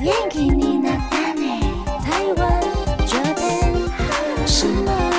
元気になったね台湾这边什么？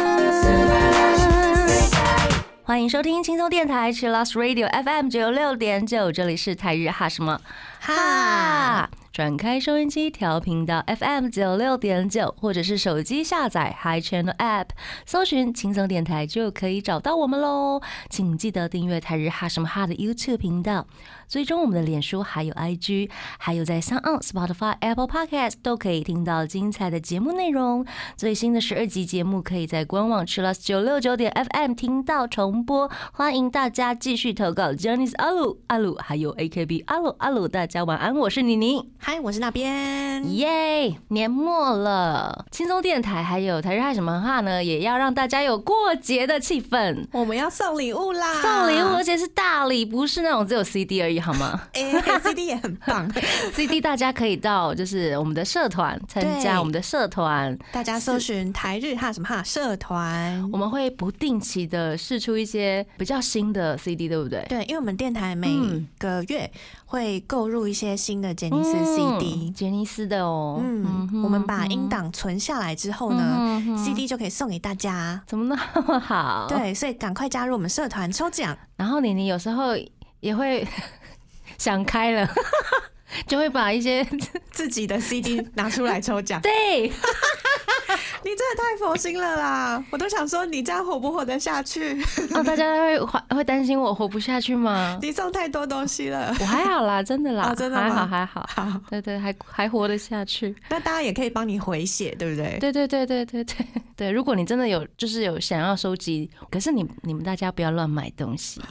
欢迎收听轻松电台 c h i l l s Radio FM 九六点九，这里是台日哈什么哈。转开收音机，调频到 FM 九六点九，或者是手机下载 Hi Channel App，搜寻轻松电台就可以找到我们喽。请记得订阅台日哈什么哈的 YouTube 频道，追踪我们的脸书还有 IG，还有在 s o n Spotify、Apple Podcast 都可以听到精彩的节目内容。最新的十二集节目可以在官网 c h i l l 九六九点 FM 听到重播。欢迎大家继续投稿 j o n n y s 阿鲁阿鲁，还有 AKB 阿鲁阿鲁，大家晚安，我是妮妮。嗨，我是那边。耶！年末了，轻松电台还有台日哈什么哈呢，也要让大家有过节的气氛，我们要送礼物啦！送礼物，而且是大礼，不是那种只有 CD 而已，好吗 哎、c d 也很棒， ？CD 大家可以到就是我们的社团参加对我们的社团，大家搜寻台日哈什么哈社团。我们会不定期的试出一些比较新的 CD，对不对？对，因为我们电台每嗯个月会购入一些新的杰尼嗯斯 CD，杰尼斯的哦，嗯，哼我们把音档存下来之后呢、嗯哼哦 c d 就可以送给大家。怎么那么好？，对，所以赶快加入我们社团抽奖，然后妮妮有时候也会 想开了， 就会把一 些。自己的 CD 拿出来抽奖对。你真的太佛心了啦！我都想说你这样活不活得下去？？哦，大家会怀会担心我活不下去吗你送太多东西了。我还好啦，真的啦，哦真的吗还好还好，好，对对，还还活得下去。那大家也可以帮你回血，对不对？对对对对对 对对，如果你真的有就是有想要收集，可是你你们大家不要乱买东西，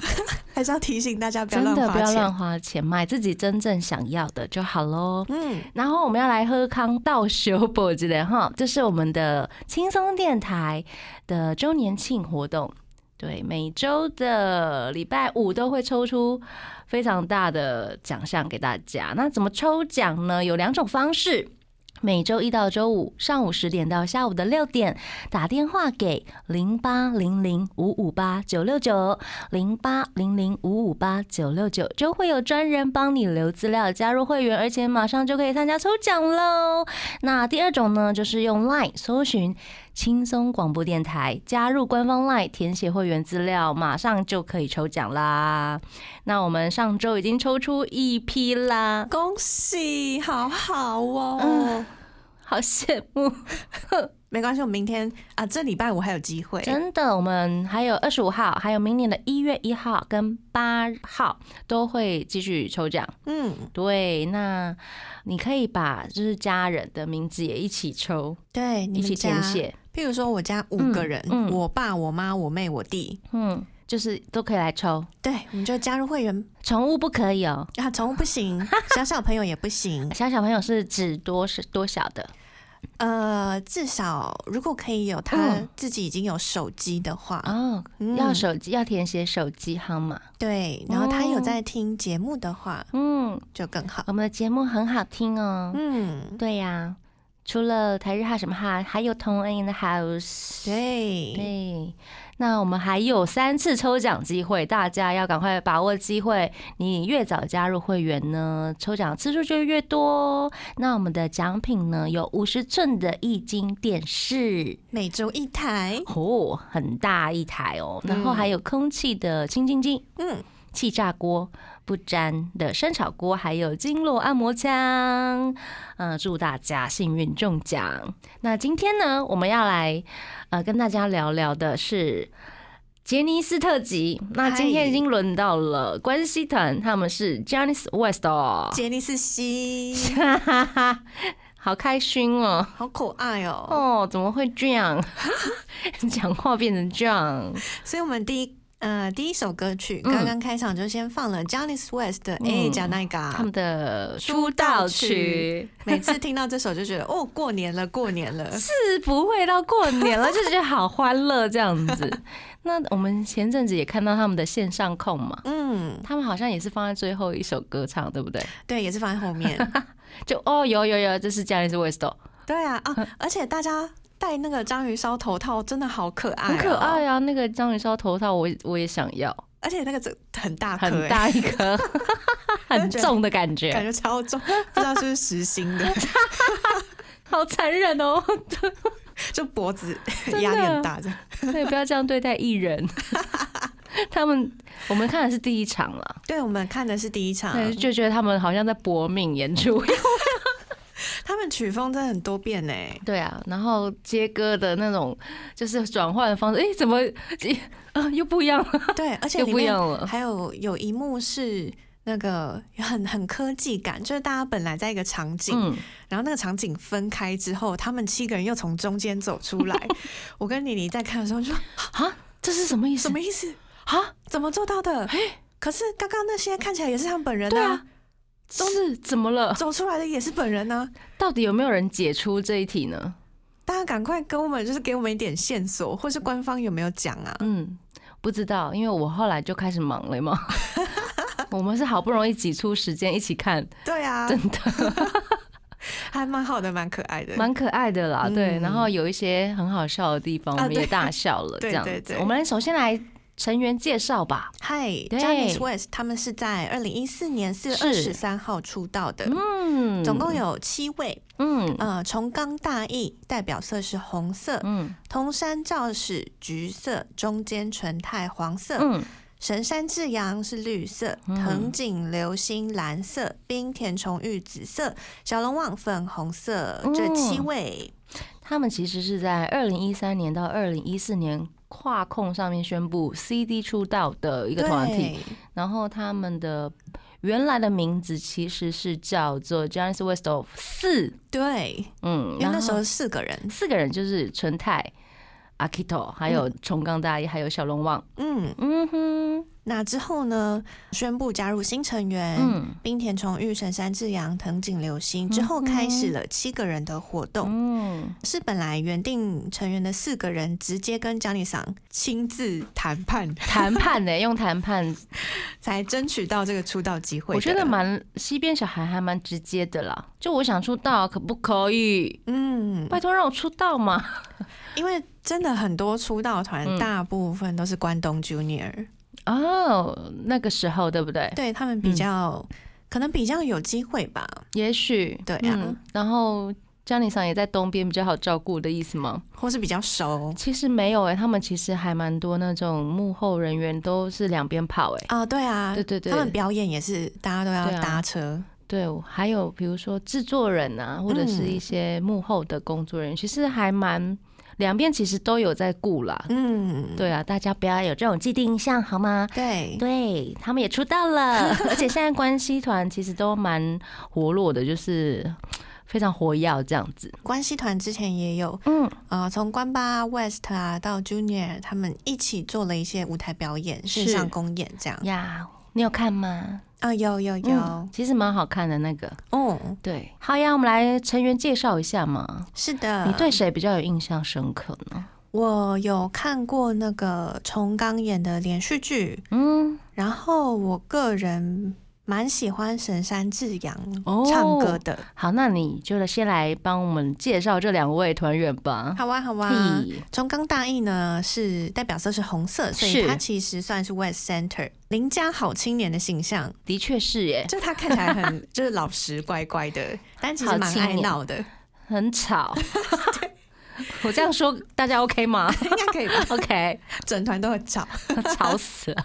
还是要提醒大家不要真乱的不花要钱。乱花钱，买自己真正想要的就好喽。嗯，然后我们要来喝康道修博之类哈，这是我们的轻松电台的周年庆活动。对，每周的礼拜五都会抽出非常大的奖项给大家。那怎么抽奖呢？有两种方式。每周一到周五上午十点到下午的六点，打电话给零八零零五五八九六九零八零零五五八九六九，就会有专人帮你留资料，加入会员，而且马上就可以参加抽奖喽。那第二种呢，就是用 LINE 搜寻轻松广播电台，加入官方 LINE 填写会员资料，马上就可以抽奖啦。那我们上周已经抽出一批啦，恭喜，好好哦。嗯好羡慕。没关系，我们明天啊，这礼拜五还有机会。真的，我们还有二十五号，还有明年的一月一号跟八号都会继续抽奖。嗯，对，那你可以把就是家人的名字也一起抽，对，你一起们填家，写，譬如说我家五个人，嗯嗯我爸、我妈、我妹、我弟，嗯，就是都可以来抽。对，我们就加入会员。宠物不可以哦，啊，宠物 不行，小小朋友也不行。小小朋友是指多是多小的？呃，至少如果可以有他嗯自己已经有手机的话，哦，嗯要手机要填写手机号码。对，然后他有哦在听节目的话，嗯，就更好。我们的节目很好听哦。嗯，对呀、除了台日哈什么哈，还有同恩 in the house。对，对，那我们还有三次抽奖机会，大家要赶快把握机会。你越早加入会员呢，抽奖次数就越多哦。那我们的奖品呢，有五十寸的液晶电视，每周一台，哦，很大一台哦，然后嗯还有空气的清净机。嗯，气炸锅、不粘的生炒锅，还有经络按摩枪。呃，祝大家幸运中奖。那今天呢，我们要来呃跟大家聊聊的是。杰尼斯特辑，那今天嗨已经轮到了关系团，他们是 Janice West 哦， 杰尼斯西，哈哈哈，好开心哦！好可爱哦。哦，怎么会这 样？ 讲话变成这样，所以我们第一呃第一首歌曲嗯刚刚开场就先放了 Johnny West 的《哎嗯加奈嘎他》，们的出出道道曲曲。每次听到这首就觉得哦，过年了，过年 了。是不会到过年了，就觉得好欢乐这样子。 那我们前阵子也看到他们的线上控嘛，嗯，他们好像也是放在最后一首歌唱，对不对？对，也是放在后面。 就哦，有有有，这是 j a n i c e West，哦对啊啊，而且大家戴那个章鱼烧头套真的好可爱、哦很可爱。啊。那个章鱼烧头套我，我也想要，而且那个真很大颗、很哎，大一颗。 很重的感感觉，觉超 重，不知道是不是实心的， 好残忍哦！就脖子的压力很大这样。对，不要这样对待艺 人。他们我们看的是第一场了，对，我们看的是第一场，对，就觉得他们好像在搏命演出。他们曲风真的很多变欸呢、 对啊，然后接歌的那种就是转换的方式，哎、怎么啊、又不一样了，对，而且又里不一面样了。还有有一幕是那个很很科技感，就是大家本来在一个场景，嗯，然后那个场景分开之后，他们七个人又从中间走 出来。我跟妮妮在看的时候就说啊，这是什么意思？什么 意思？啊？怎么做到的？可是刚刚那些看起来也是他们本人对啊，啊，是怎么了？走出来的也是本人呢、到底有没有人解出这一题呢？大家赶快跟我们，就是给我们一点线索，或是官方有没有讲啊？嗯，不知道，因为我后来就开始忙了嘛。 我们是好不容易挤出时间一起看，对啊，真的还蛮好的，蛮可爱的。蛮可爱的啦。嗯对，然后有一些很好笑的地方，啊我们也对大笑 了。这对样对子，对我们首先来成员介绍吧。嗨对 j a n i c e West，他们是在二零一四年四月二十三号出道的，嗯，总共有七位。嗯呃，重冈大义代表色是红色，嗯桐山照史橘色，中间纯太黄色，嗯神山智洋是绿色，嗯藤井流星蓝色，冰田崇玉紫色，小龙旺粉红色。嗯这七位，他们其实是在二零一三年到二零一四年跨控上面宣布 CD 出道的一一个团体，然后他们的原来的名字其实是叫做 j a n i c e West of 四，对，嗯，因为那时然候后四个人，四个人就是纯太、Akito，还有重冈大一，还有小龙王，嗯，嗯哼，那之后呢，宣布加入新成员，嗯冰田崇玉、神山智洋、藤井流星之后，开始了七个人的活动，嗯，是本来原定成员的四个人直接跟 j o h n n y 桑亲自谈判，谈判 呢、用谈判，才争取到这个出道机会。我觉得，蛮西边小孩还蛮直接的啦，就我想出道可不可以？嗯，拜托让我出道嘛！因为真的很多出道团嗯大部分都是关东 Junior，、哦，那个时候对不对？对他嗯们比较、可能比较有机会吧，也许嗯对啊然后江里桑也在东边比较好照顾的意思吗？或是比较熟其实没有哎、他们其实还蛮多那种幕后人员都是两边跑哎、啊、对啊，对对对他们表演也是大家都对啊要搭车，对，还有比如说制作人啊，或者是嗯一些幕后的工作人员，其实还蛮两边其实都有在顾啦。嗯，对啊，大家不要有这种既定印象好吗？对对他们也出道 了，而且现在关系团其实都蛮活络的，就是非常活跃这样子。关系团之前也有，嗯，呃，从关八 West 啊到 Junior，他们一起做了一些舞台表演、是线上公演这样。呀，你有看吗？啊、有有有，嗯哦、其实蛮好看的那个。对，好呀，我们来成员介绍一下嘛。是的。你对谁比较有印象深刻呢？我有看过那个重刚演的连续剧，嗯，然后我个人蛮喜欢神山智洋哦唱歌的。好，那你就先来帮我们介绍这两位团员吧。好啊，好啊。嘿，重冈大义呢是代表色是红色，所以是他其实算是 West Center 邻家好青年的形象，的确是耶，就他看起来很 就是老实乖乖的，但其实好蛮青爱年闹的， 很吵。 我这样说大家 OK 吗 应该可以吧？ ？OK，整团都很吵，吵死了，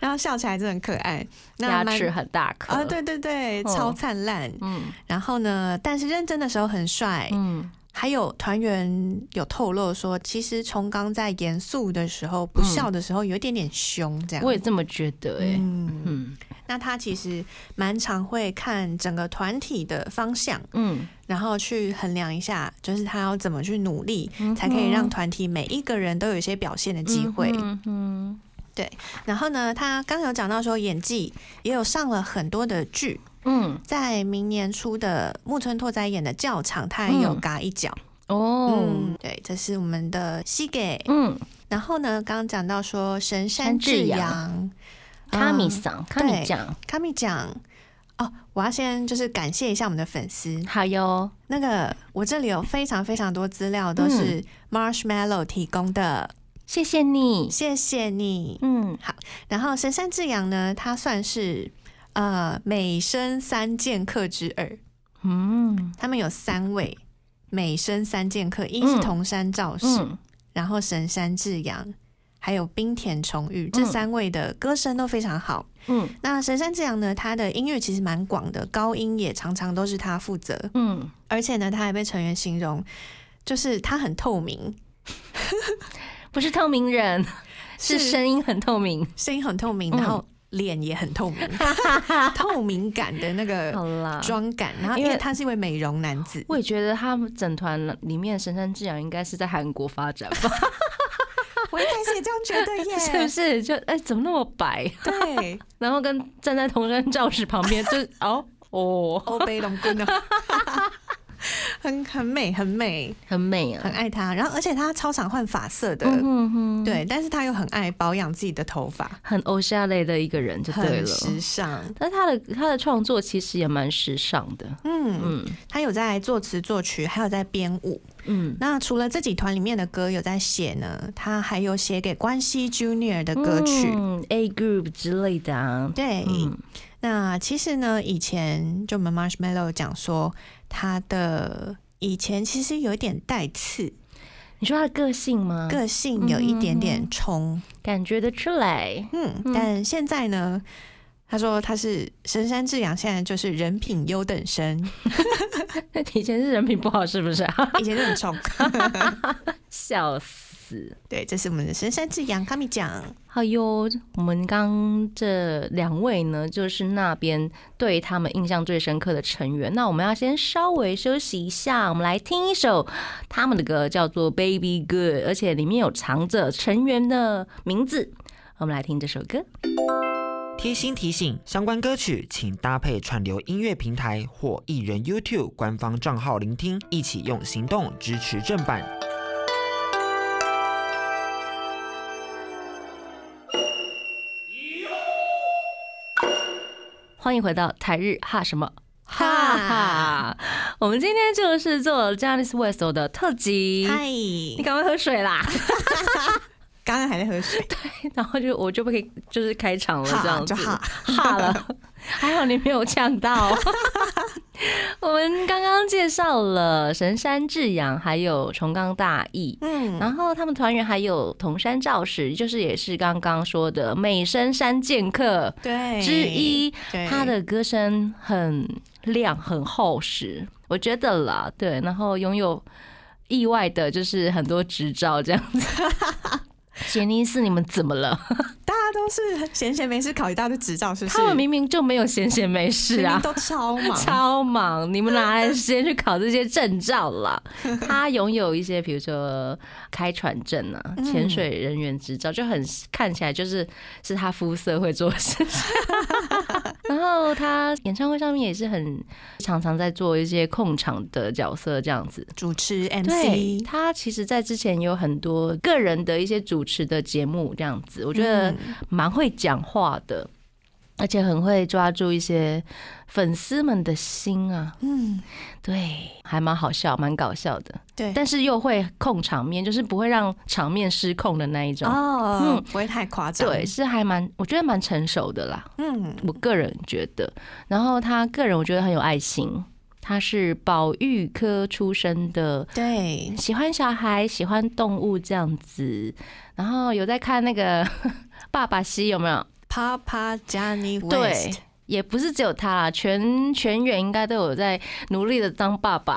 然后笑起来真的很可爱， 那牙蛮齿很大颗。啊，，对对对，嗯超灿烂。嗯然后呢，但是认真的时候很帅。嗯，还有团员有透露说，其实重刚在严肃的时候、不笑的时候有一点点凶，这嗯样。我也这么觉得哎。嗯，嗯那他其实蛮常会看整个团体的方向，嗯，然后去衡量一下，就是他要怎么去努力，才可以让团体每一个人都有一些表现的机会。嗯嗯然后呢，他刚有讲到说演技也有上了很多的剧，嗯在明年初的木村拓哉演的《教场》，他也有嘎一脚。嗯哦嗯，对，这是我们的西给。嗯，然后呢，刚刚讲到说神山山智智洋洋、卡米嗯桑卡米对酱，卡米讲哦，我要先就是感谢一下我们的粉丝。好哟，那个我这里有非常非常多资料，都嗯是 Marshmallow 提供的，谢谢你。谢谢你。嗯然后神山智洋呢，他算是呃美声三剑客之二，嗯他们有三位美声三剑客，一嗯是桐山照史，嗯然后神山智洋，还有冰田崇裕，这嗯三位的歌声都非常好。嗯那神山智洋呢，他的音乐其实蛮广的，高音也常常都是他负责，嗯，而且呢，他还被成员形容就是他很透明，不是透明人， 是声音很透明。声音很透明，嗯然后脸也很透明，透明感的那 个好啦，妆感。然后因因为为他是一位美容男子，我也觉得他们整团里面神山智洋应该是在韩国发展 吧，我一开始也这样觉得 是不耶，是？就哎、怎么那么白？对，然后跟站在同山照史旁 边，就是哦哦，欧北龙棍哦。 很很美，很美，很美很啊。爱他。然后，而且他超常换发色的，嗯哼，对，但是他又很爱保养自己的头发，很欧夏类的一个人就对很了。时尚。但他的他的创作其实也蛮时尚的，嗯，嗯他有在作词作曲，还有在编舞。嗯，那除了自己团里面的歌有在写呢，他还有写给关西 Junior 的歌曲。嗯 A Group 之类的啊，对，嗯那其实呢，以前就我们 Marshmallow 讲说他的。以前其实有一点带刺，你说他的个性吗？个性有一点嗯点冲，感觉得出 来，嗯，但现在呢，他说他是神山智洋，现在就是人品优等生，以前是人品不好是不是 啊？以前就很冲。笑死！对，这是我们的神山智洋卡米奖，哎呦，我们刚这两位呢，就是那边对他们印象最深刻的成员。那我们要先稍微休息一下，我们来听一首他们的歌，叫做《Baby Good》，而且里面有藏着成员的名字。我们来听这首歌。贴心提醒：相关歌曲请搭配串流音乐平台或艺人 YouTube 官方账号聆听，一起用行动支持正版。欢迎回到台日哈什么哈哈！我们今天就是做 Janice West 的特辑。嗨， 你赶快喝水啦！刚刚还在喝水，然后就我就不可以就是开场了这样子，就哈哈了，还好你没有呛到。 我们刚刚介绍了神山智洋，还有重冈大义。 嗯，然后他们团员还有桐山照史，就是也是刚刚说的美声山剑客对，之一，对，他的歌声很亮，很厚实，我觉得啦，对，然后拥有意外的就是很多执照这 样子。杰尼斯，你们怎么了？大家都是闲闲没事考一大堆执照，是不是？他们 明明就没有闲闲没事啊明明，都 超忙，超忙，你们哪来的时间去考这些证照 啦？他拥有一些，比如说开船证啊、嗯潜水人员执照，就很看起来就是是他肤色会做的事情。 然后他演唱会上面也是很常常在做一些控场的角色这样子。主持对 MC，他其实，在之前有很多个人的一些主持的节目这样子，我觉得嗯蛮会讲话的，而且很会抓住一些粉丝们的心啊。嗯，对，还蛮好笑，蛮搞笑的，对，但是又会控场面，就是不会让场面失控的那一种。哦，不会太夸张，对，，是还蛮，我觉得蛮成熟的啦，嗯，我个人觉得。然后他个人我觉得很有爱心，他是保育科出身的，对，喜欢小孩，喜欢动物这样子。然后有在看那个 《爸爸西》有没有？ Papa Johnny 对 West，也不是只有他啦，全全员应该都有在努力的当爸爸。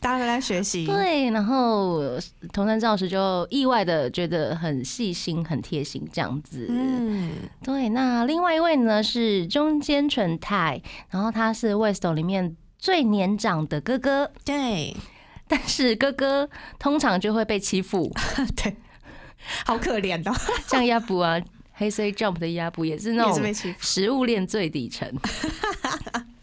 大家都在学习，对，然后呃童山赵老师就意外的觉得很细心、很贴心这样子。嗯，对，那另外一位呢是中间纯太，然后他是 West 里面最年长的哥哥， 对，但是哥哥通常就会被欺 负，对，好可怜哦，像鸭布啊，黑 C Jump 的鸭布也是那也是被种欺负。食物链最底 层。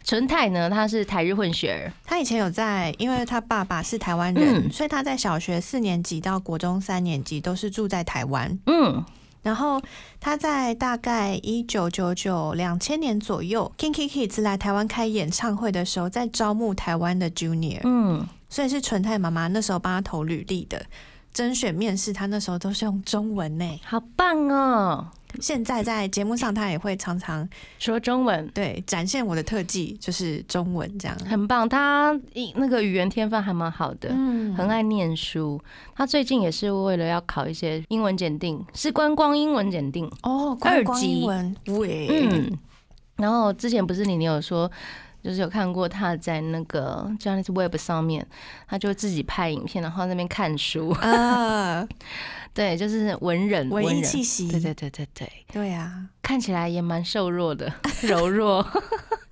纯太呢，他是台日混血儿。他以前有在，因为他爸爸是台湾人，嗯所以他在小学四年级到国中三年级都是住在台湾。嗯，然后他在大概一九九九两千年左右，Kinky Kids 来台湾开演唱会的时候，在招募台湾的 Junior，嗯所以是纯太妈妈那时候帮他投履历的。甄选面试，他那时候都是用中文呢。好棒哦！现在在节目上，他也会常常说中文对展现我的特技，就是中文这样。很棒，他一那个语言天分还蛮好的。嗯很爱念书，他最近也是为了要考一些英文检定，是观光英文检定。哦，二观光级英文喂，嗯，然后之前不是你你有说，就是有看过他在那个 Johnny's Web 上面，他就自己拍影片，然后在那边看书。 呃，对，就是文人，文艺人气息，对对对对对，对啊，看起来也蛮瘦弱的， 柔弱，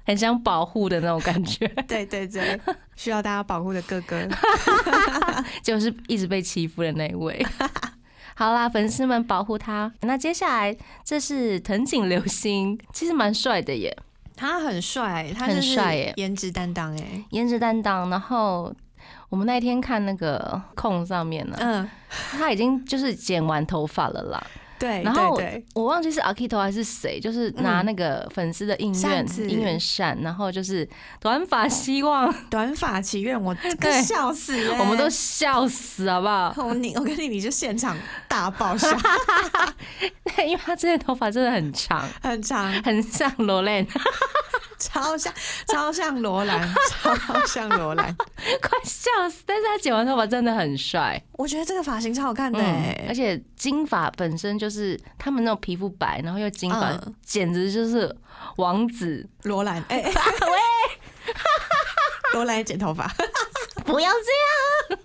很想保护的那种感觉，对对对，需要大家保护的哥 哥，就是一直被欺负的那一位。 好啦，粉丝们保护他。那接下来这是藤井流星，其实蛮帅的耶，他很帅，他很就是帅耶颜值担当哎，颜值担当。然后我们那一天看那个控上面呢、嗯，他已经就是剪完头发了啦。对，然后哎对对我忘记是 Akito 还是谁，就是拿嗯那个粉丝的应扇援子应援扇，然后就是短发希望，短发祈愿，我对跟笑死欸，我们都笑死好不好？ 我你我跟你你就现场大爆笑，因为他之前头发真的很长，很长，很像罗兰，超像超像罗兰，超像罗兰。 快笑死！但是他剪完头发真的很帅， 我觉得这个发型超好看的、嗯，而欸，且金发本身就是他们那种皮肤白，然后又金发，嗯简直就是王子。罗兰 哎，喂，罗兰也剪头发， 不要这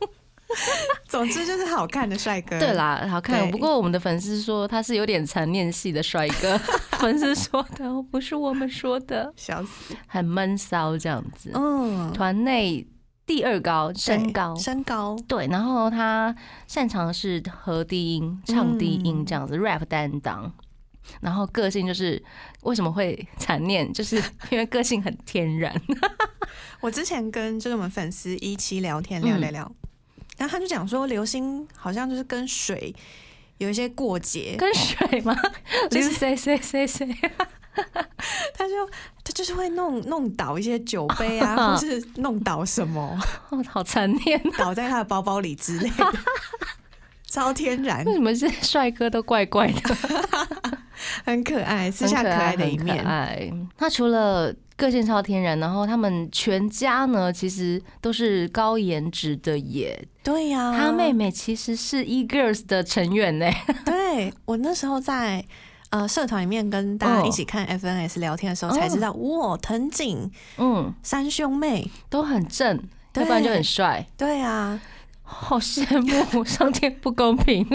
总之就是好看的帅哥。样。对，啦，好看。对不过我们的粉丝说他是有点残念系的帅 哥，粉丝说的，哦不是我们说的，笑死。很闷骚这样子。嗯，团内第二高身高对。身高，对，然后他擅长的是和低音、唱低音这样子、rap 担当。然后个性就是为什么会 残念，就是因为个性很天然。我之前跟就是我们粉丝一期聊天嗯聊聊聊，然后他就讲说，流星好像就是跟水有一些过节，跟水 吗？就流是谁谁谁谁？他就他就是会弄弄倒一些酒杯 啊，或是弄倒什么， 哦，好残念！倒在他的包包里之类 的，超天然为，什么这些 帅哥都怪怪的？很可爱，私下可爱的一很面可。爱。他除了个性超天然，然后他们全家呢，其实都是高颜值的耶。对呀、他妹妹其实是 E Girls 的成员呢。对我那时候在呃社团里面跟大家哦一起看 FNS 聊天的时候，哦才知道、哇，藤井嗯，三兄妹，都很正，对要不然就很帅。对啊，好羡慕，上天不公平。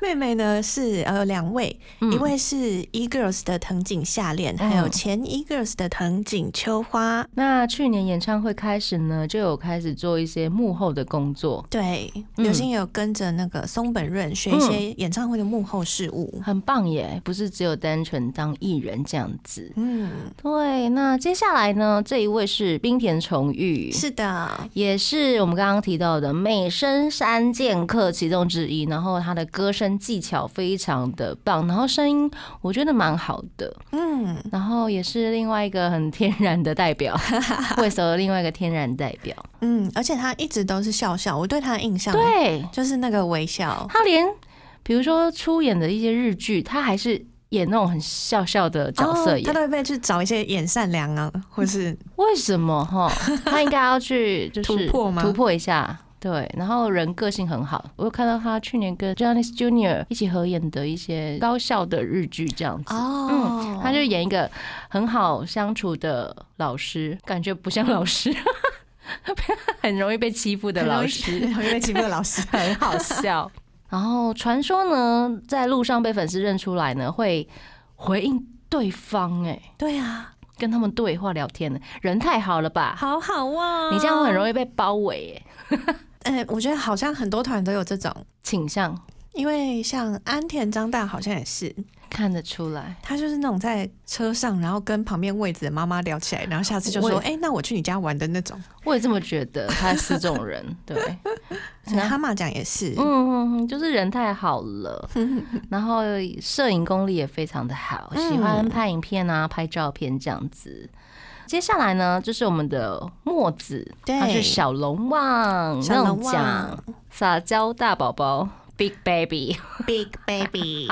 妹妹呢是呃有两位，嗯一位是 E Girls 的藤井夏恋，还有前 E Girls 的藤井秋花。 那去年演唱会开始呢，就有开始做一些幕后的工作，对，嗯刘星也有跟着那个松本润学一些演唱会的幕后事务。很棒耶！不是只有单纯当艺人这样子。嗯，对，那接下来呢，这一位是冰田崇玉，是的，也是我们刚刚提到的美声三剑客其中之一。然后他的歌声技巧非常的棒，然后声音我觉得蛮好的。嗯，然后也是另外一个很天然的代 表，为首的另外一个天然代表。嗯，而且他一直都是笑笑，我对他的印象对就是那个微笑，他连比如说出演的一些日剧，他还是演那种很笑笑的角色哦演。他都会被去找一些演善良啊，或是为什么 哈？他应该要去就是突破吗突破一下。对，然后人个性很好，我有看到他去年跟 Johnny Junior 一起合演的一些高效的日剧这样子。 哦他就演一个很好相处的老师，感觉不像老师， 很容易被欺负的老 师。很容易被欺负的老师，很好笑。 然后传说呢，在路上被粉丝认出来呢，会回应对方、哎， 对啊，跟他们对话聊天呢，人太好了吧？好好哇、你这样会很易，容易被包围、哎，哎、我觉得好像很多团都有这种，倾向因为像安田张大好像也是，看得出来。他就是那种在车上，然后跟旁边位子的妈妈聊起来，然后下次就我说，也哎、那我去你家玩的那种，我也这么觉得，他是这种人，对，然后哈马讲也是，嗯，嗯嗯就是人太好 了，然后摄影功力也非常的好，喜欢嗯拍影片啊、拍照片这样子。接下来呢，就是我们的墨子，对他是小龙旺，小龙那种奖旺撒娇大宝宝，Big Baby， Big Baby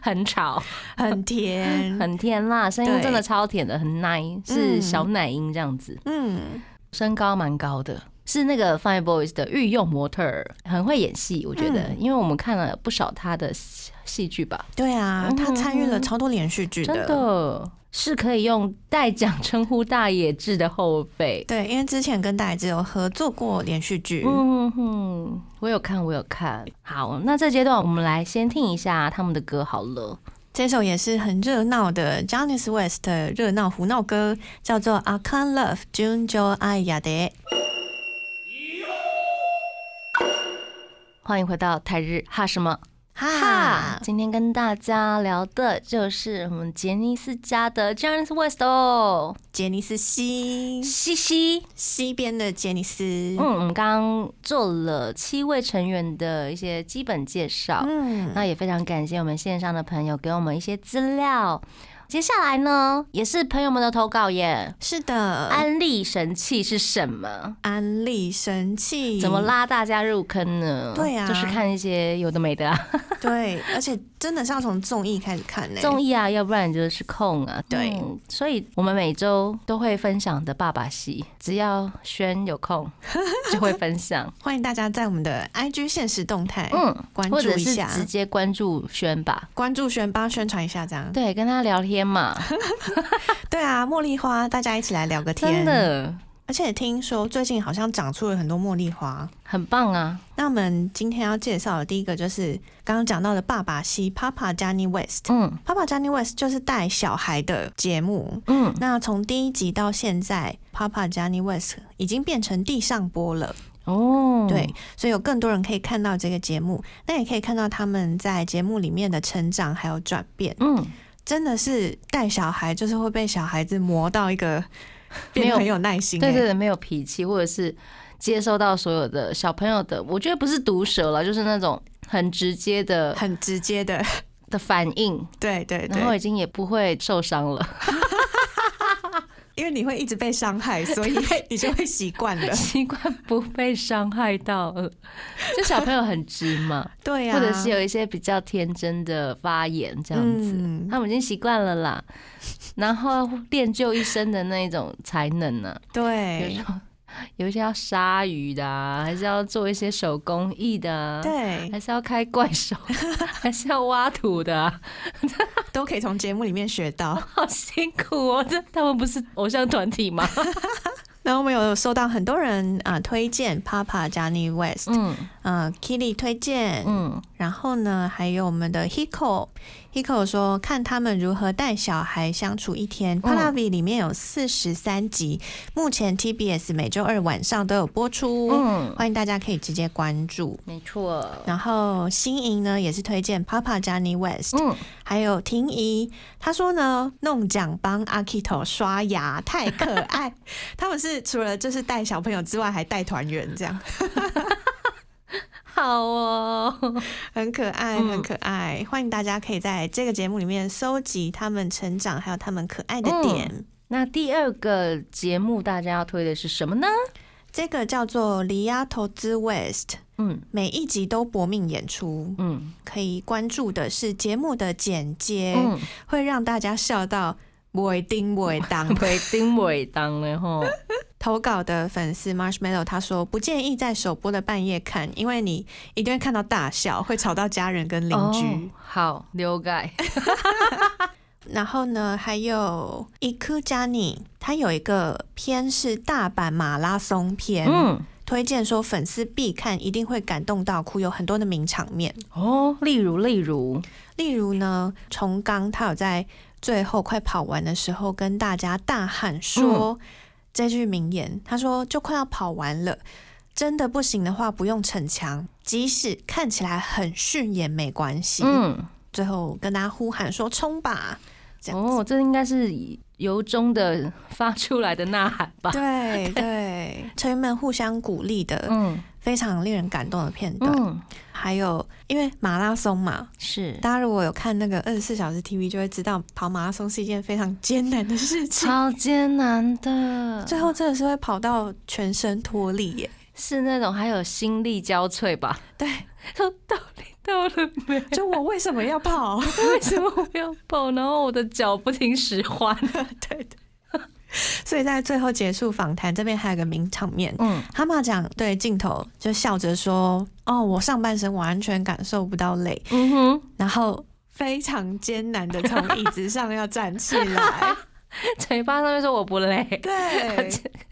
很吵， 很甜，很甜啦，声音嗯对真的超甜的，很奶，是小奶音这样子，嗯，身高蛮高的。是那个 Fine Boys 的御用模特儿，很会演戏，我觉得，嗯因为我们看了不少他的戏戏剧吧，对啊，嗯他参与了超多连续剧真的是可以用代奖称呼大野智的后辈。对，因为之前跟大家只有合作过连续剧，嗯哼，我有看，我有看。好，那这阶段我们来先听一下他们的歌好了。这首也是很热闹的 j a n i c e West 的热闹胡闹歌，叫做《I Can't Love Junjo Aya d e 欢迎回到台日哈什么哈哈，，今天跟大家聊的就是我们杰尼斯家的 j a n i c e West 哦，杰尼斯西西西。西边的杰尼斯，嗯，我们刚刚做了七位成员的一些基本介绍。嗯，那也非常感谢我们线上的朋友给我们一些资料。接下来呢，也是朋友们的投稿耶。是的，安利神器是什么？安利神器怎么？拉大家入坑呢？对啊就是看一些有的没的啊，对，而且真的是要从综艺开始看呢、综艺啊，要不然就是控啊。对嗯所以我们每周都会分享的爸爸戏，只要轩有 空就会分享。欢迎大家在我们的 IG 现实动态，嗯，哎关或者注一是下，直接关注轩吧。关注宣帮宣传一下，这样。对，跟他聊天嘛，对啊，茉莉花，大家一起来聊个真，天。的而且听说最近好像长出了很多茉莉花。很棒啊。那我们今天要介绍的第一个就是刚刚讲到的爸爸系 Papa Johnny West。嗯 Papa Johnny West 就是带小孩的节目。嗯，那从第一集到现在，Papa Johnny West 已经变成地上播了，哦，对，所以有更多人可以看到这个节目，那也可以看到他们在节目里面的成长还有转变，嗯，真的是带小孩就是会被小孩子磨到一个变没有得很有耐心、欸，对对对，没有脾气，或者是接收到所有的小朋友的，我觉得不是毒舌了，就是那种很直接的很直接的，的反应，对对然后对，已经也不会受伤了， 因为你会一直被伤害，所以你就会习惯 了。习惯不被伤害到了。就小朋友很直嘛， 对啊呀、或者是有一些比较天真的发言这这样子，嗯他们已经习惯了啦。然后练就一身的那种才能啊呢、有对时候有一些要杀鱼的、啊，还是要做一些手工艺的、啊，对，还是要开怪 手，还是要挖土的啊、都可以从节目里面学到。好辛苦哦！这他们不是偶像团体吗？然后我们有收到很多人啊、呃推荐 Papa Johnny West，嗯呃 Kitty 推荐，嗯，然后呢还有我们的 Hiko Hiko 说看他们如何带小孩相处一天。Palavi 哦里面有四十三集，目前 TBS 每周二晚上都有播出，嗯欢迎大家可以直接关注。没错。然后新莹呢也是推荐 Papa Johnny West，、嗯，还有婷宜，她说呢弄奖帮阿 Kito 刷牙太可 爱，他们是除了就是带小朋友之外，还带团员，这样好哦。很可爱，嗯很可爱。欢迎大家可以在这个节目里面搜集他们成长还有他们可爱嗯的点。那第二个节目大家要推的是什么呢？这个叫做《里亚投资 West》，嗯每一集都搏命演出，嗯可以关注的是节目的剪接，嗯，会让大家笑到不会丁不会当。每丁每当然后，投稿的粉丝 Marshmallow 他说不建议在首播的半夜看，因为你一定会看到大笑，会吵到家人跟邻居。哦好流改。然后呢，还有 Iku Jani，他有一个片是大阪马拉松片，嗯推荐说粉丝必看，一定会感动到哭，有很多的名场面。哦，例如例如，例如呢，重刚他有在最后快跑完的时候跟大家大喊嗯说、这句名言，他说就快要跑完了，真的不行的话不用逞强，即使看起来很逊也没关系。嗯。最后跟大家呼喊说冲吧，这样子。哦，这应该是由衷的发出来的呐喊吧？ 对对，成员们互相鼓励的，嗯非常令人感动的片段。嗯，还有因为马拉松嘛，是大家如果有看那个二十四小时 TV，就会知道跑马拉松是一件非常艰难的事情。超艰难的，最后真的是会跑到全身脱力 耶。是那种还有心力交瘁吧？对， 说到底到了没？就我为什么要跑？ 为什么我要跑？然后我的脚不听使唤。对对。所以在最后结束访谈这边还有个名场面，嗯，哈马讲对镜头就笑着说：“哦，我上半身完全感受不到累，嗯哼，然后非常艰难的从椅子上要站起来。 嘴巴上面说我不 累”，对，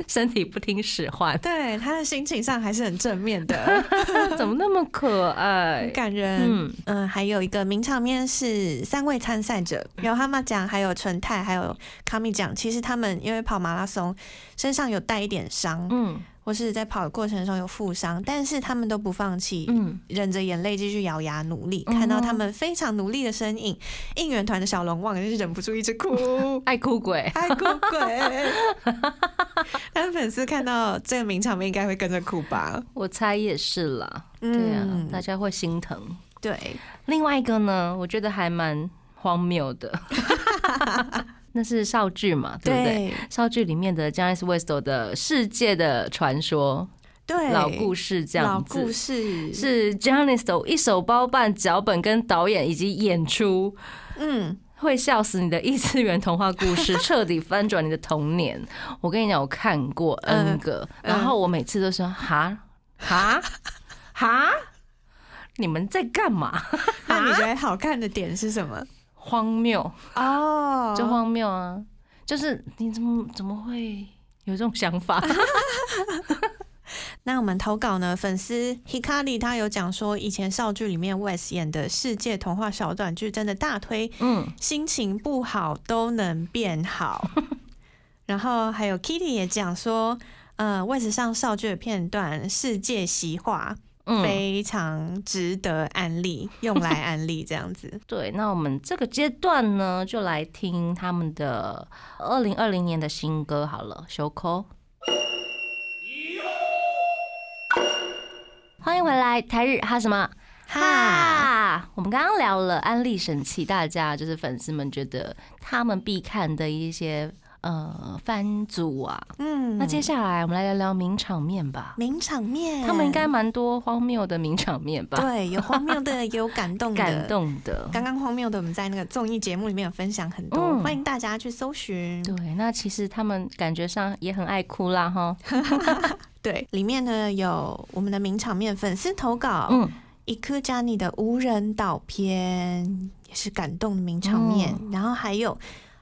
身体不听使唤，对，他的心情上还是很正面的， 怎么那么可爱很？感人。嗯嗯，还有一个名场面是三位参赛者，有哈马奖，还有纯泰，还有卡米奖。其实他们因为跑马拉松，身上有带一点伤，嗯或是在跑的过程中有负伤，但是他们都不放弃，嗯，忍着眼泪继续咬牙努力。嗯。看到他们非常努力的身影，应援团的小龙旺也是忍不住一直哭 爱哭鬼，爱哭鬼，但粉丝看到这个名场面应该会跟着哭吧？我猜也是啦。对啊嗯，，大家会心疼。对，另外一个呢，我觉得还蛮荒谬 的，那是少剧嘛，对不对？少剧里面的 j a n i c e West 的世界的传说对，老故事这样老故子。事，是 j a n i c e 一手包办脚本跟导演以及演出，嗯，会笑死你的异次元童话故 事，彻底翻转你的童年。我跟你讲，我看过 N 个，嗯然后我每次都说哈哈哈，你们在干嘛？那你觉得好看的点是 什么？荒谬。哦就荒谬啊！就是你怎么怎么会有这种想 法？那我们投稿呢，粉丝 Hikari 他有讲说，以前少剧里面 Wes 演的世界童话小短剧真的大推，嗯，心情不好都能变 好。然后还有 Kitty 也讲说，呃，Wes 上少剧的片段世界习化，嗯，非常值得安利，用来安利这样子。对。那我们这个阶段呢，就来听他们的二零二零年的新歌好了，《修口》。欢迎回来，台日哈什么哈， 哈？我们刚刚聊了安利神器，大家就是粉丝们觉得他们必看的一些呃番组啊。嗯，那接下来我们来聊聊名场面吧。名场面，他们应该蛮多荒谬的名场面吧？嗯对有荒谬的，也有感动的，感。动的。刚刚荒谬的，我们在那个综艺节目里面有分享很多，嗯欢迎大家去搜寻。对，那其实他们感觉上也很爱哭啦，哈。对，里面呢有我们的名场面粉丝投稿，嗯，伊科加尼的无人岛篇也是感动的名场面，然后还有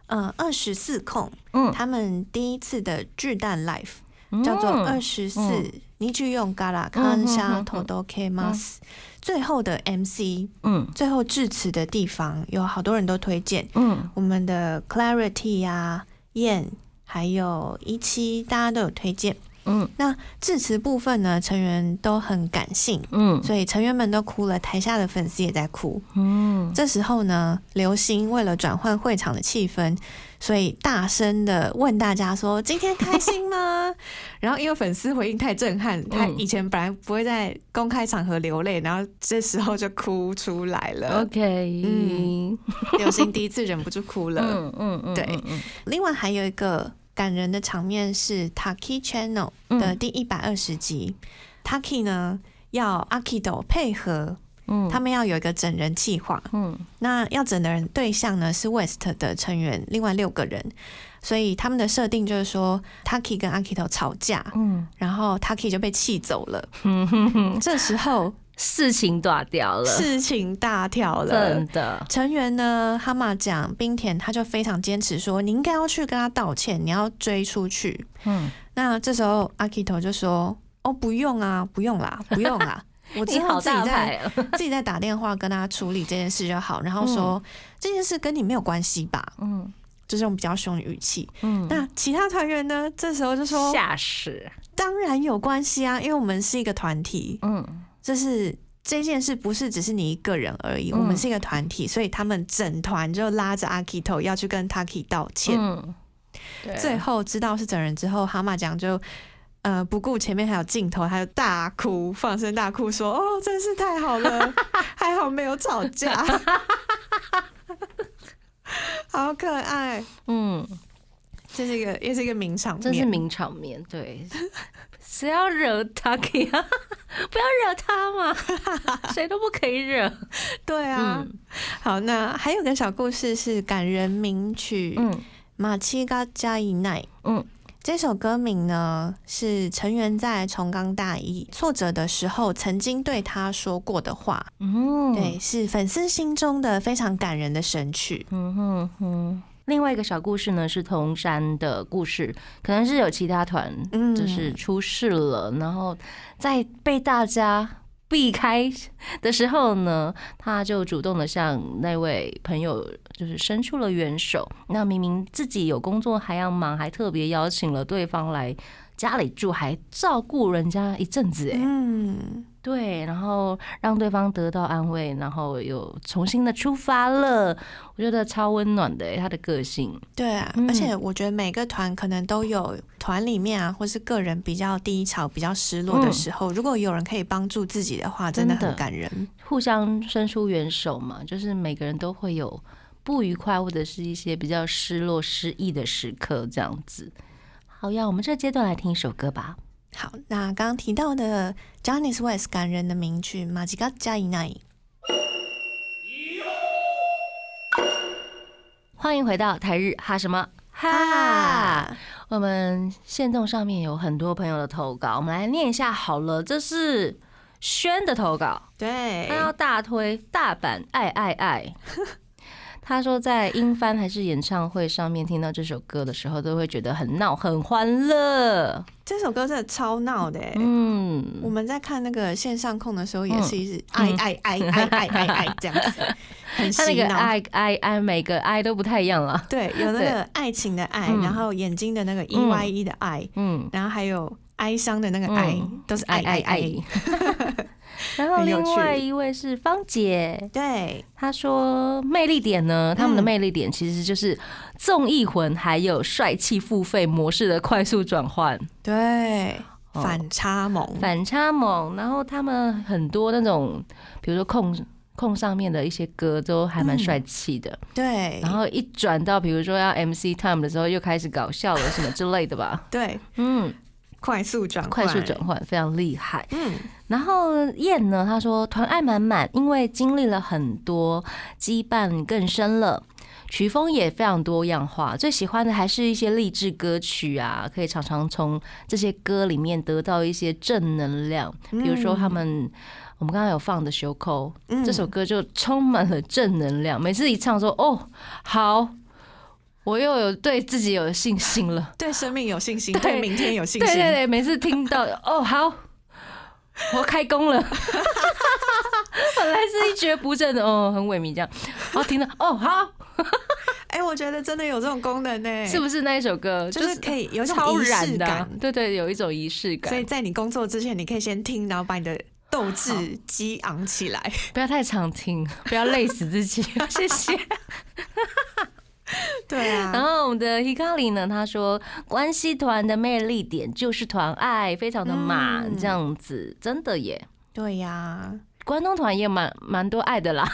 呃二十四控，嗯他们第一次的巨蛋 life、嗯叫做二十四嗯，你去用嘎啦嗯嗯康沙嗯头都 K mas，最后的 MC，嗯最后致辞的地方有好多人都推荐，嗯我们的 Clarity 啊、燕，还有一期，大家都有推荐。嗯致辞部分呢，成员都很感性，嗯所以成员们都哭了，台下的粉丝也在哭。嗯，这时候呢，刘星为了转换会场的气氛，所以大声的问大家说：“今天开心吗？” 然后因为粉丝回应太震撼，嗯他以前本来不会在公开场合流泪，然后这时候就哭出来了。 OK，呃嗯刘星第一次忍不住哭了。嗯嗯嗯，对嗯另外还有一个感人的场面是 Taki Channel 嗯的第一百二十集、t a k i 呢要 Akido 配合，嗯，他们要有一个整人计划。嗯那要整的人对象呢是 West 的成员，另外六个人，所以他们的设定就是说 Taki 跟 Akido 吵架，嗯然后 Taki 就被气 走了。嗯哼哼，这时候事情断掉了，事情大条了，真的，成员呢，哈马讲冰田他就非常坚持说，你应该要去跟他道歉，你要追出去。嗯，那这时候阿 Kito 就说：“哦，不用啊，不用 啦，不用啦，我你之好后自己大再牌啊， 自己再打电话跟他处理这件事就好。”然后说、这件事跟你没有关系吧， 嗯就是用比较凶的语气。嗯，那其他团员呢，这时候就说吓死，：“当然有关系啊，因为我们是一个团体，嗯就是这件事不是只是你一个人而已，嗯我们是一个团体，所以他们整团就拉着阿 Kito 要去跟 Taki 道歉。嗯，对最后知道是整人之后，蛤蟆讲就呃不顾前面还有镜头，还有大哭，放声大哭说：“哦，真是太 好了，还好没有吵架， 好可爱。嗯，”这是一个也是一个名场面，真是名场面，对。 谁要惹他？ 可以啊，不要惹他 嘛，谁都不可以惹。对啊。嗯好，那还有个小故事是感人名曲《嗯马七嘎加一奈》。嗯这首歌名呢是成员在重冈大一挫折的时候曾经对他说过的话，嗯，对，，是粉丝心中的非常感人的神曲。嗯哼哼。另外一个小故事呢是铜山的故事，可能是有其他团嗯就是出事了，然后在被大家避开的时候呢，他就主动的向那位朋友就是伸出了援手。那明明自己有工作还要忙，还特别邀请了对方来家里住，还照顾人家一阵子、哎，嗯，对，然后让对方得到安慰，然后又重新的出发了。我觉得超温暖的、哎他的个性，对啊，嗯而且我觉得每个团可能都有团里面啊，或是个人比较低潮、比较失落的时候，如果有人可以帮助自己的话，真的嗯真的很感人。互相伸出援手嘛，就是每个人都会有不愉快或者是一些比较失落、失意的时刻，这样子。好呀，我们这阶段来听一首歌吧。好，那刚刚提到的 j a n i c e West 感人的名曲《马吉嘎加伊奈》。欢迎回到台日哈什么哈？我们线动上面有很多朋友的投稿，我们来念一下好了。这是轩的投稿，对他要大推大阪爱爱爱。 他说在英翻还是演唱会上面听到这首歌的时候，都会觉得很闹很欢乐。这首歌真的超闹的、欸，我嗯，们在看那个线上控的时候，也是一直爱嗯爱爱爱爱 爱爱这样子，很他那洗个脑。爱爱爱每个爱都不太一样了。对，有那对个爱情的爱，嗯然后眼睛的那个 e 嗯 y e 的爱，嗯，然后还有哀伤的那个爱嗯，都是爱爱爱。。 然后很有另趣外一位是芳姐，对，他说魅力点呢，他们嗯的魅力点其实就是综艺魂，还有帅气付费模式的快速转换，对，哦反差萌，反差萌。然后他们很多那种，比如说控控上面的一些歌都还蛮帅气的，对。然，后一转到比如说要 MC time 的时候，又开始搞笑了什么之类的吧对，嗯，快速转换，快速转，换非常厉害。嗯，然后燕呢，她说团爱满满，因为经历了很多，羁绊更深了。曲风也非常多样化，最喜欢的还是一些励志歌曲啊，可以常常从这些歌里面得到一些正能量。比如说他们，我们刚刚有放的《袖扣》嗯这首歌就充满了正能量，每次一唱说哦好，我又有对自己有信心了。对生命有信心，对对明天有 信对心，对对，每次听到 哦好，我开工了， 本来是一蹶不振的哦，很萎靡这样，然后听到哦好，哎，我觉得真的有这种功能呢，是不是那一首歌哎就是可以有一种超仪式然的啊感，对对，有一种仪式感所，以在你工作之前，你可以先听，然后把你的斗志激昂起 来。不要太常听，不要累死自 己，谢谢。对然啊，后我们的 Hikari 呢，他说关系团的魅力点就是团爱，非常的满，嗯这样子真的耶。对呀、关东团也蛮蛮多爱的啦，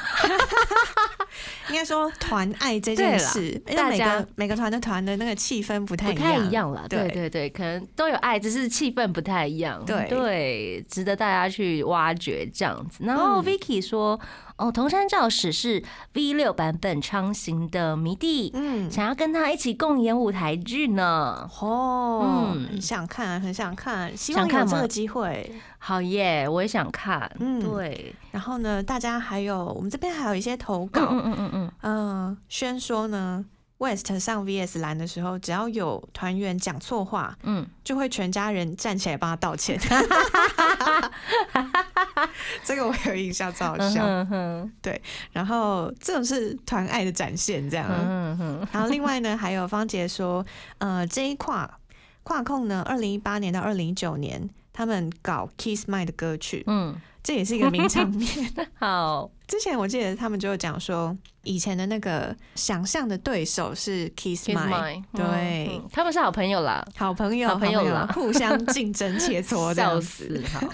应该说团爱这件事，对因啦为每大家个每个团的团的那个气氛不太不一太样，一样啦，对对对对，可能都有爱，只是气氛不太一样，对对，值得大家去挖掘这样子。然后嗯 Vicky 说，哦，桐山照史是 V 六版本昌行的迷弟，嗯，想要跟他一起共演舞台剧呢。哦，嗯很想看，很想看，希想望看有吗这个机会。好耶，我也想看，嗯对，然后呢，大家还有我们这边还有一些投稿，嗯嗯嗯嗯嗯，轩说呢，West 上 VS 蓝的时候，只要有团员讲错话，嗯，就会全家人站起来帮他 道歉。这个我有印象，超好嗯笑。哼哼然后这种是团爱的展现，这样。嗯哼哼，然后另外呢，还有芳姐说，呃，这一跨跨控呢，二零一八年到二零一九年，他们搞 Kiss My 的歌曲，嗯这也是一个名场面。好，之前我记得他们就有讲说，以前的那个想象的对手是 Kiss Kiss My， Mine，嗯对嗯他们是好朋友啦，好朋友，好朋友啦 互相竞争切磋这笑样死子。，好，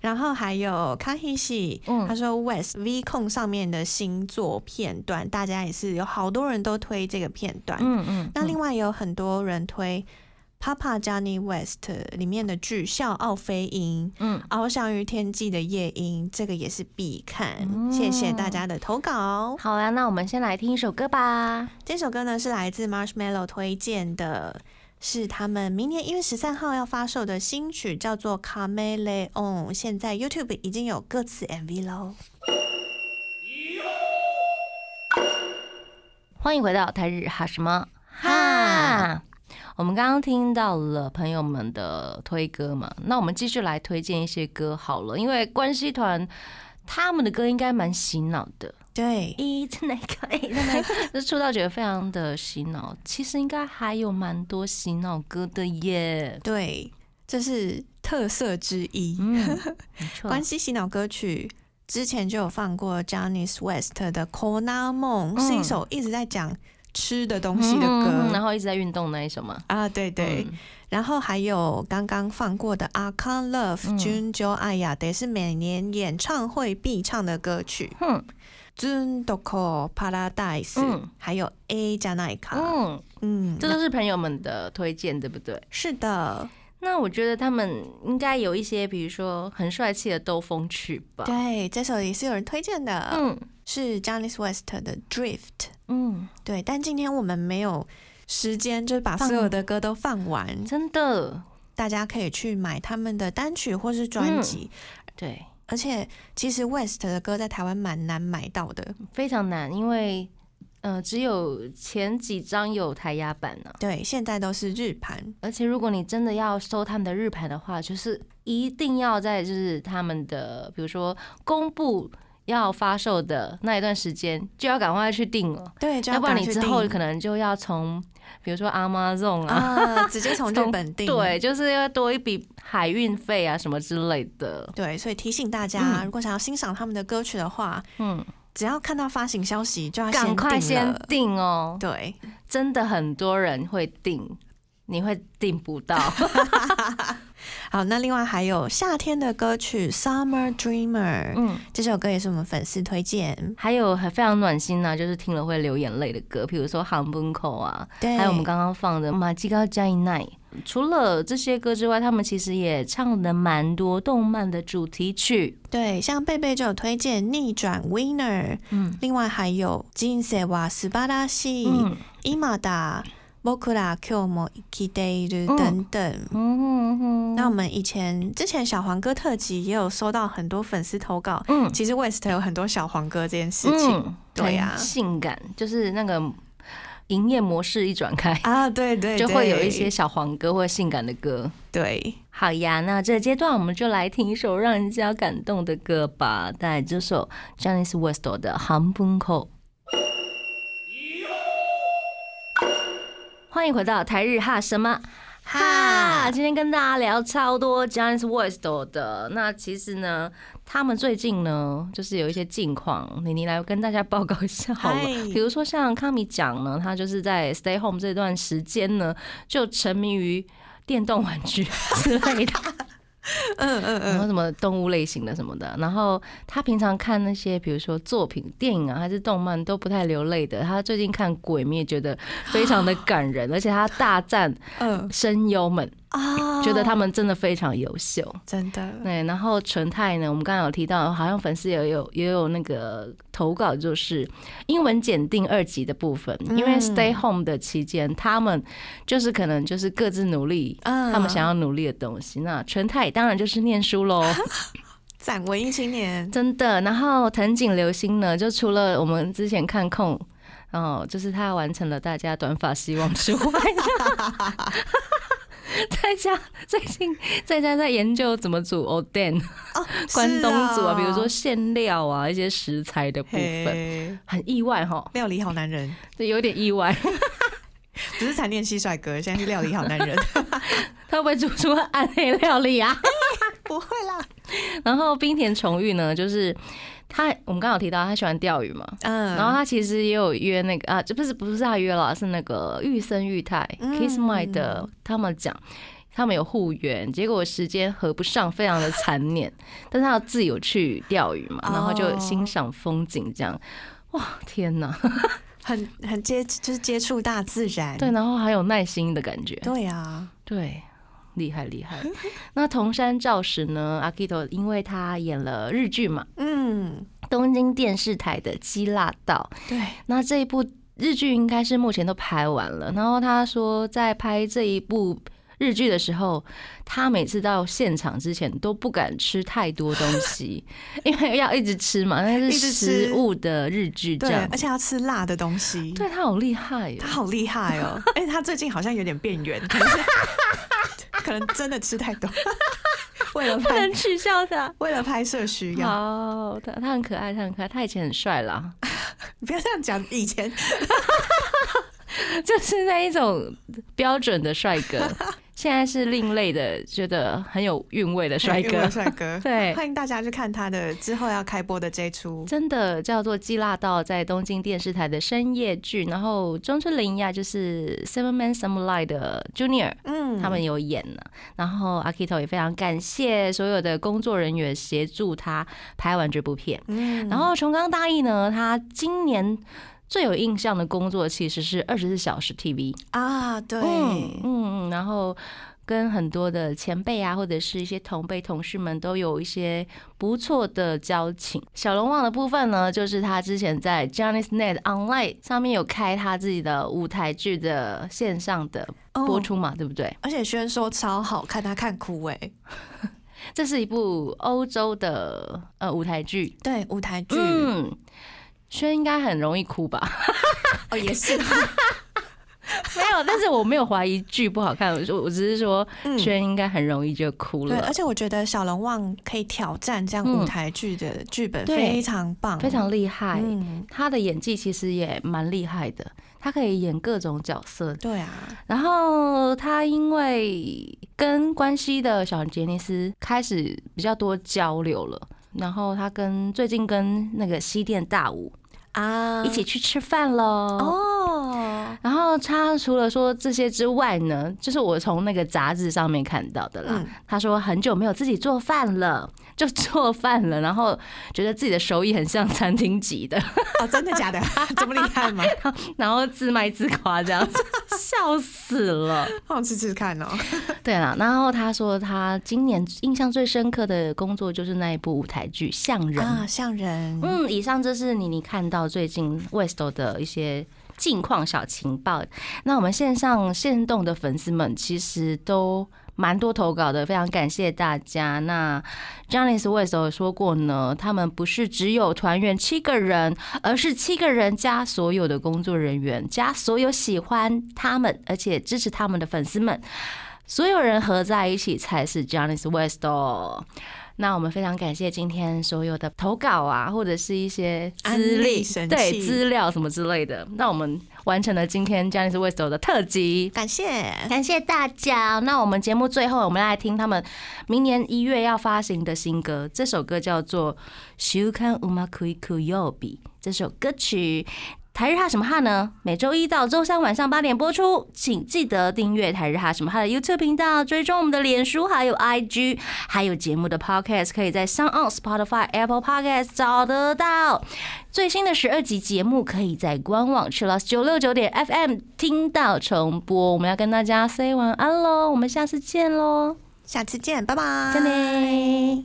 然后还有康熙系，嗯他说 West V 控上面的星座片段，大家也是有好多人都推这个片段。 嗯嗯，那另外外也有很多人推《Papa Johnny West》里面的剧《笑傲飞鹰》。嗯翱翔于天际的夜莺，这个也是必看。嗯谢谢大家的投稿。好啦，那我们先来听一首歌吧。这首歌呢是来自 Marshmallow 推荐的，是他们明年一月十三号要发售的新曲，叫做《Chameleon》，现在 YouTube 已经有歌词 MV 喽。欢迎回到台日哈什么哈哈。我们刚刚听到了朋友们的推歌嘛，那我们继续来推荐一些歌好了，因为关系团他们的歌应该蛮洗脑的，对，一的那个，哎的 那个，这出道觉得非常的洗脑。其实应该还有蛮多洗脑歌的耶，对，这是特色之一。嗯， 没错，关系洗脑歌曲之前就有放过 Johnny West 的《Kona 梦》，嗯是一首一直在讲吃的东西的嗯然歌。后一直在运动那一首嘛，啊，对对，嗯然后还有刚刚放过的《I Can't Love 嗯》 ，Junjo 爱雅得是每年演唱会必唱的歌曲，哼《Zundoko Paradise》，嗯还有《A 加奈卡》。嗯，嗯，这都是朋友们的推荐，对不对？是的，那我觉得他们应该有一些，比如说很帅气的兜风曲吧。对，这首也是有人推荐的，嗯是 Johnny West 的《Drift》。嗯，对，但今天我们没有时间，就是把放所有的歌都放完，真的，大家可以去买他们的单曲或是专辑。嗯对，而且，其实 West 的歌在台湾蛮难买到的。非常难，因为呃，只有前几张有台压版呢、对，现在都是日盘。而且如果你真的要收他们的日盘的话，就是一定要在就是他们的，比如说公布要发售的那一段时间，就要赶快去订了，对，就要不然赶你去之后订可能就要从比如说 Amazon 啊啊，直接从日从本订。对，就是要多一笔海运费啊什么之类的。对，所以提醒大家，嗯如果想要欣赏他们的歌曲的话，嗯，只要看到发行消息就要赶快订先了。订哦，对，真的很多人会订，你会订不到。 好，那另外还有夏天的歌曲《Summer Dreamer》，嗯，这首歌也是我们粉丝推荐。还有还非常暖心呐、就是听了会流眼泪的歌，比如说《航奔口》啊，对，还有我们刚刚放的《马吉高加一奈》。除了这些歌之外，他们其实也唱了蛮多动漫的主题曲。对，像贝贝就有推荐《逆转 Winner》，嗯另外还有《金色瓦斯巴拉西》、《嗯伊玛达》、《僕ら今日も生きている嗯》等等。嗯嗯那我们以前之前小黄歌特辑也有收到很多粉丝投稿，嗯其实 West 有很多小黄歌这件事情、嗯、对啊呀很性感，就是那个营业模式一转开，啊，对 对就会有对一些小黄歌或性感的歌。对好呀，那这个阶段我们就来听一首让人家感动的歌吧，带来这首 Janice West 的《航班口》。欢迎回到台日哈什么哈，哈今天跟大家聊超多 Janice West 的。那其实呢，他们最近呢，就是有一些近况，你你来跟大家报告一下好了嗨。比如说像康米讲呢，他就是在 Stay Home 这段时间呢，就沉迷于电动玩具之类的，嗯嗯然后嗯，什么动物类型的什么的。然后他平常看那些，比如说作品、电影啊，还是动漫，都不太流泪的。他最近看《鬼灭》，觉得非常的感人，而且他大赞嗯声优们，啊， 觉得他们真的非常优秀。真的对，然后纯泰呢，我们刚刚有提到，好像粉丝也有也有那个投稿，就是英文检定二级的部分，因为嗯 stay home 的期间，他们就是可能就是各自努力。嗯他们想要努力的东西，那纯泰当然就是念书喽，攒文艺青 年，真的。然后藤井流星呢，就除了我们之前看控，然后就是他完成了大家短发希望之外， 在家最近在家在研究怎么煮 o d e n 哦，关东煮啊，是哦比如说馅料啊，一些食材的部分，嘿很意外哈，料理好男人，对，有点意外， 不是才练蟋蟀哥，现在是 料理好男人。 他会不会煮出暗黑料理啊？不会啦， 然后冰田崇玉呢，就是他，我们刚刚有提到他喜欢钓鱼嘛，嗯，然后他其实也有约那个啊，这不是不是他约了，是那个玉生玉泰、嗯 Kiss My 的，他们讲他们有互约，结果时间合不上，非常的残念。 但是他自己有去钓鱼嘛，然后就哦欣赏风景这样。哇，天哪！很很接就是接触大自然，对，然后还有耐心的感觉，对啊，对，厉害厉害。 那桐山照史呢？阿 Kito 因为他演了日剧嘛，嗯，东京电视台的《鸡辣道》，对，那这一部日剧应该是目前都拍完了。然后他说，在拍这一部日剧的时候，他每次到现场之前都不敢吃太多东西， 因为要一直吃嘛，那是一直吃食物的日剧这对，样而。且要吃辣的东西，对他好厉害哟他！好厉害 哦！哎，他最近好像有点变圆，可能是可能真的吃太 多，为了不拍能取笑他。为了拍摄需要，好，他他很可爱，他很可爱，他以前很帅啦， 你不要这样讲。以前就是那一种标准的帅哥，现在是另类的，觉得很有韵味的帅有没哥有。帅哥， 对欢迎大家去看他的之后要开播的这一出，真的叫做《鸡辣道》在东京电视台的深夜剧，然后中村绫亚就是 Seven Man Samurai 的 Junior。嗯，他们有演呢，然后阿 Kito 也非常感谢所有的工作人员协助他拍完这部片。嗯，然后重冈大义呢，他今年最有印象的工作其实是二十四小时 TV，啊，对，嗯嗯，然后跟很多的前辈啊，或者是一些同辈同事们都有一些不错的交情。小龙王的部分呢，就是他之前在 Johnny's Net Online 上面有开他自己的舞台剧的线上的哦播出嘛，对不对？而且轩说超好看，他看哭哎、这是一部欧洲的呃舞台剧，对，舞台剧、嗯。轩应该很容易哭吧？哦也是，没有，但是我没有怀疑剧不好看，我说我只是说 嗯轩应该很容易就哭对，了而。且我觉得小龙旺可以挑战这样嗯舞台剧的剧本，对非常棒，非常厉害。嗯，他的演技其实也蛮厉害的，他可以演各种角色。对啊，然后他因为跟关西的小杰尼斯开始比较多交流了，然后他跟最近跟那个西电大武啊一起去吃饭喽。哦，然后他除了说这些之外呢，就是我从那个杂志上面看到的啦。嗯他说很久没有自己做饭了，就做饭了，然后觉得自己的手艺很像餐厅级的。 哦，真的假的？ 这么厉害吗？然后自卖自夸这样子，笑死了。让我吃吃看哦， 对啦，然后他说他今年印象最深刻的工作就是那一部舞台剧《像人》。啊，像人，嗯，以上这是你你看到最近 Westo 的一些近况小情报。那我们线上线动的粉丝们其实都。蛮多投稿的，非常感谢大家。那 j a n i c e West 有说过呢，他们不是只有团员七个人，而是七个人加所有的工作人员，加所有喜欢他们而且支持他们的粉丝们，所有人合在一起才是 j a n i c e West 哦。那我们非常感谢今天所有的投稿啊，或者是一些资安历利、神器对资料什么之类的。那我们完成了今天 j a n i c e West 的特辑。感谢，感谢大家。那我们节目最后，我们来听他们明年一月要发行的新歌，这首歌叫做《修看乌马库伊库尤比》这首歌曲。台日哈什么哈呢？每周一到周三晚上八点播出，请记得订阅台日哈什么哈的 YouTube 频道，追踪我们的脸书还有 IG，还有节目的 Podcast 可以在 s o n Spotify、Apple Podcast 找得到。最新的十二集节目可以在官网 c h i l l o s 九六九点 FM 听到重播。我们要跟大家 say 晚安喽，我们下次见喽，下次见，拜拜，再见。